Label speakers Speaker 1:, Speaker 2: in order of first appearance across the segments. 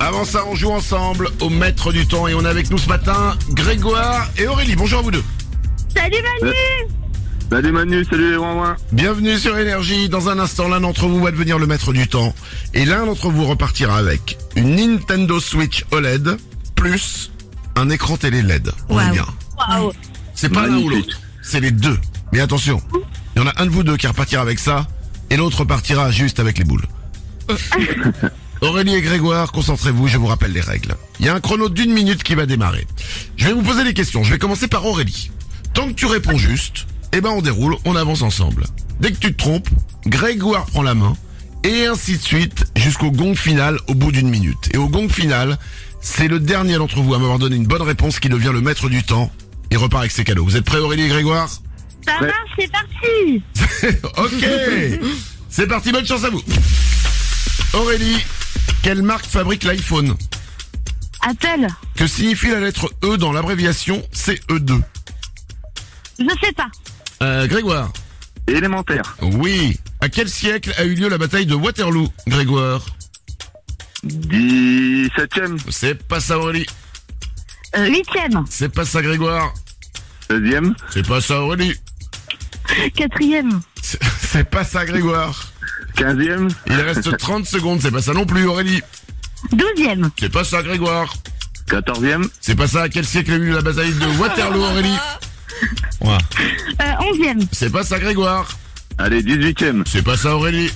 Speaker 1: Avant ça, on joue ensemble au maître du temps et on est avec nous ce matin Grégoire et Aurélie. Bonjour à vous deux.
Speaker 2: Salut Manu
Speaker 3: Salut Manu, salut les moins
Speaker 1: Bienvenue sur Énergie. Dans un instant, l'un d'entre vous va devenir le maître du temps et l'un d'entre vous repartira avec une Nintendo Switch OLED plus un écran télé LED. On est
Speaker 4: Waouh.
Speaker 1: bien.
Speaker 2: Waouh
Speaker 1: C'est pas l'un ou
Speaker 3: Magnifique.
Speaker 1: l'autre, c'est les deux. Mais attention, il y en a un de vous deux qui repartira avec ça et l'autre repartira juste avec les boules. Aurélie et Grégoire, concentrez-vous, je vous rappelle les règles. Il y a un chrono d'une minute qui va démarrer. Je vais vous poser des questions, je vais commencer par Aurélie. Tant que tu réponds juste, eh ben on déroule, on avance ensemble. Dès que tu te trompes, Grégoire prend la main et ainsi de suite jusqu'au gong final au bout d'une minute. Et au gong final, c'est le dernier d'entre vous à m'avoir donné une bonne réponse qui devient le maître du temps et repart avec ses cadeaux. Vous êtes prêts Aurélie et Grégoire
Speaker 2: Ça
Speaker 3: Ouais.
Speaker 2: marche, c'est parti
Speaker 1: Ok C'est parti, bonne chance à vous Aurélie, quelle marque fabrique l'iPhone
Speaker 2: Apple
Speaker 1: Que signifie la lettre E dans l'abréviation E CE2
Speaker 2: Je sais pas.
Speaker 1: euh, Grégoire
Speaker 3: Élémentaire,
Speaker 1: Oui À quel siècle a eu lieu la bataille de Waterloo Grégoire
Speaker 3: 17ème,
Speaker 1: C'est pas ça Aurélie
Speaker 2: Euh, Huitième
Speaker 1: C'est pas ça Grégoire
Speaker 3: 16ème,
Speaker 1: C'est pas ça Aurélie
Speaker 2: Quatrième
Speaker 1: C'est- C'est pas ça Grégoire
Speaker 3: 15ème,
Speaker 1: Il reste 30 secondes, c'est pas ça non plus Aurélie
Speaker 2: Douzième
Speaker 1: C'est pas ça Grégoire
Speaker 3: 14ème,
Speaker 1: C'est pas ça à quel siècle a eu lieu la bataille de Waterloo Aurélie Ouais.
Speaker 2: euh, Onzième
Speaker 1: C'est pas ça Grégoire
Speaker 3: allez 18ème,
Speaker 1: C'est pas ça Aurélie.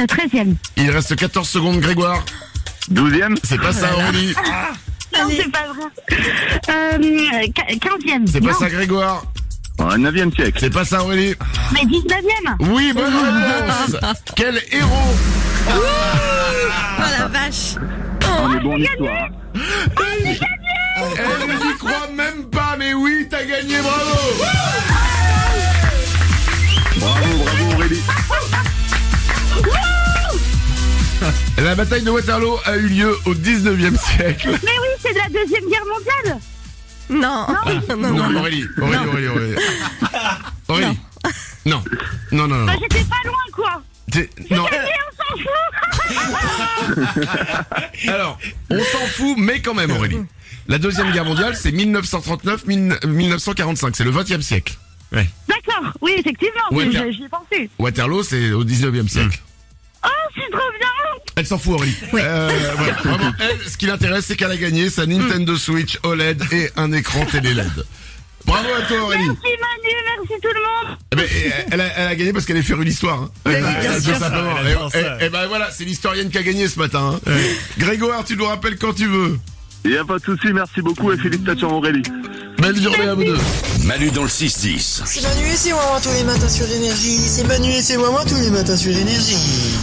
Speaker 2: euh, Treizième
Speaker 1: Il reste 14 secondes Grégoire.
Speaker 3: 12ème,
Speaker 1: C'est pas ça Aurélie.
Speaker 2: Non,
Speaker 4: Allez.
Speaker 2: c'est pas vrai euh, qu- Quinzième
Speaker 1: C'est pas
Speaker 2: Non,
Speaker 1: ça Grégoire.
Speaker 3: en 9ème siècle,
Speaker 1: C'est pas ça Aurélie.
Speaker 2: mais dix-neuvième
Speaker 1: Oui, bonne réponse. Quel héros
Speaker 4: Oh la vache
Speaker 3: on est bon en histoire.
Speaker 1: Elle n'y croit même pas, mais oui, t'as gagné, bravo
Speaker 3: Bravo, bravo Aurélie.
Speaker 1: La bataille de Waterloo a eu lieu au 19e siècle.
Speaker 2: Mais oui, c'est de la Deuxième Guerre mondiale
Speaker 4: Non Non, non, non.
Speaker 1: Aurélie, Aurélie, Aurélie, Aurélie. Aurélie. Non. Non, non, non.
Speaker 2: Bah,
Speaker 1: non.
Speaker 2: J'étais pas loin, quoi
Speaker 1: T'es- non.
Speaker 2: Mais on s'en fout
Speaker 1: Alors, on s'en fout, mais quand même, Aurélie. La deuxième guerre mondiale, c'est 1939-1945, c'est le 20e siècle. Ouais.
Speaker 2: D'accord, oui, effectivement,
Speaker 1: Ouais,
Speaker 2: mais
Speaker 1: bien.
Speaker 2: je- j'y ai pensé.
Speaker 1: Waterloo, c'est au 19e siècle.
Speaker 2: Oh, c'est trop bien
Speaker 1: Elle s'en fout, Aurélie. Euh, voilà, vraiment, elle, ce qui l'intéresse, c'est qu'elle a gagné sa Nintendo Switch OLED et un écran télé LED. Bravo à toi, Aurélie.
Speaker 2: Merci Manu, merci tout le monde
Speaker 1: Eh ben, eh, elle, a, elle a gagné parce qu'elle est férue d'histoire. Hein.
Speaker 4: oui,
Speaker 1: Eh ben,
Speaker 4: bien
Speaker 1: tout
Speaker 4: sûr.
Speaker 1: simplement.
Speaker 5: Elle adore
Speaker 1: Eh,
Speaker 5: ça.
Speaker 1: eh, eh ben voilà, c'est l'historienne qui a gagné ce matin. hein. Grégoire, tu nous rappelles quand tu veux.
Speaker 3: Il a pas de souci, merci beaucoup et félicitations Aurélie.
Speaker 1: Belle journée à vous deux.
Speaker 6: Manu dans le 6-10.
Speaker 7: C'est Manu et c'est Wawa tous les matins sur Énergie. C'est Manu et c'est Wawa tous les matins sur Énergie.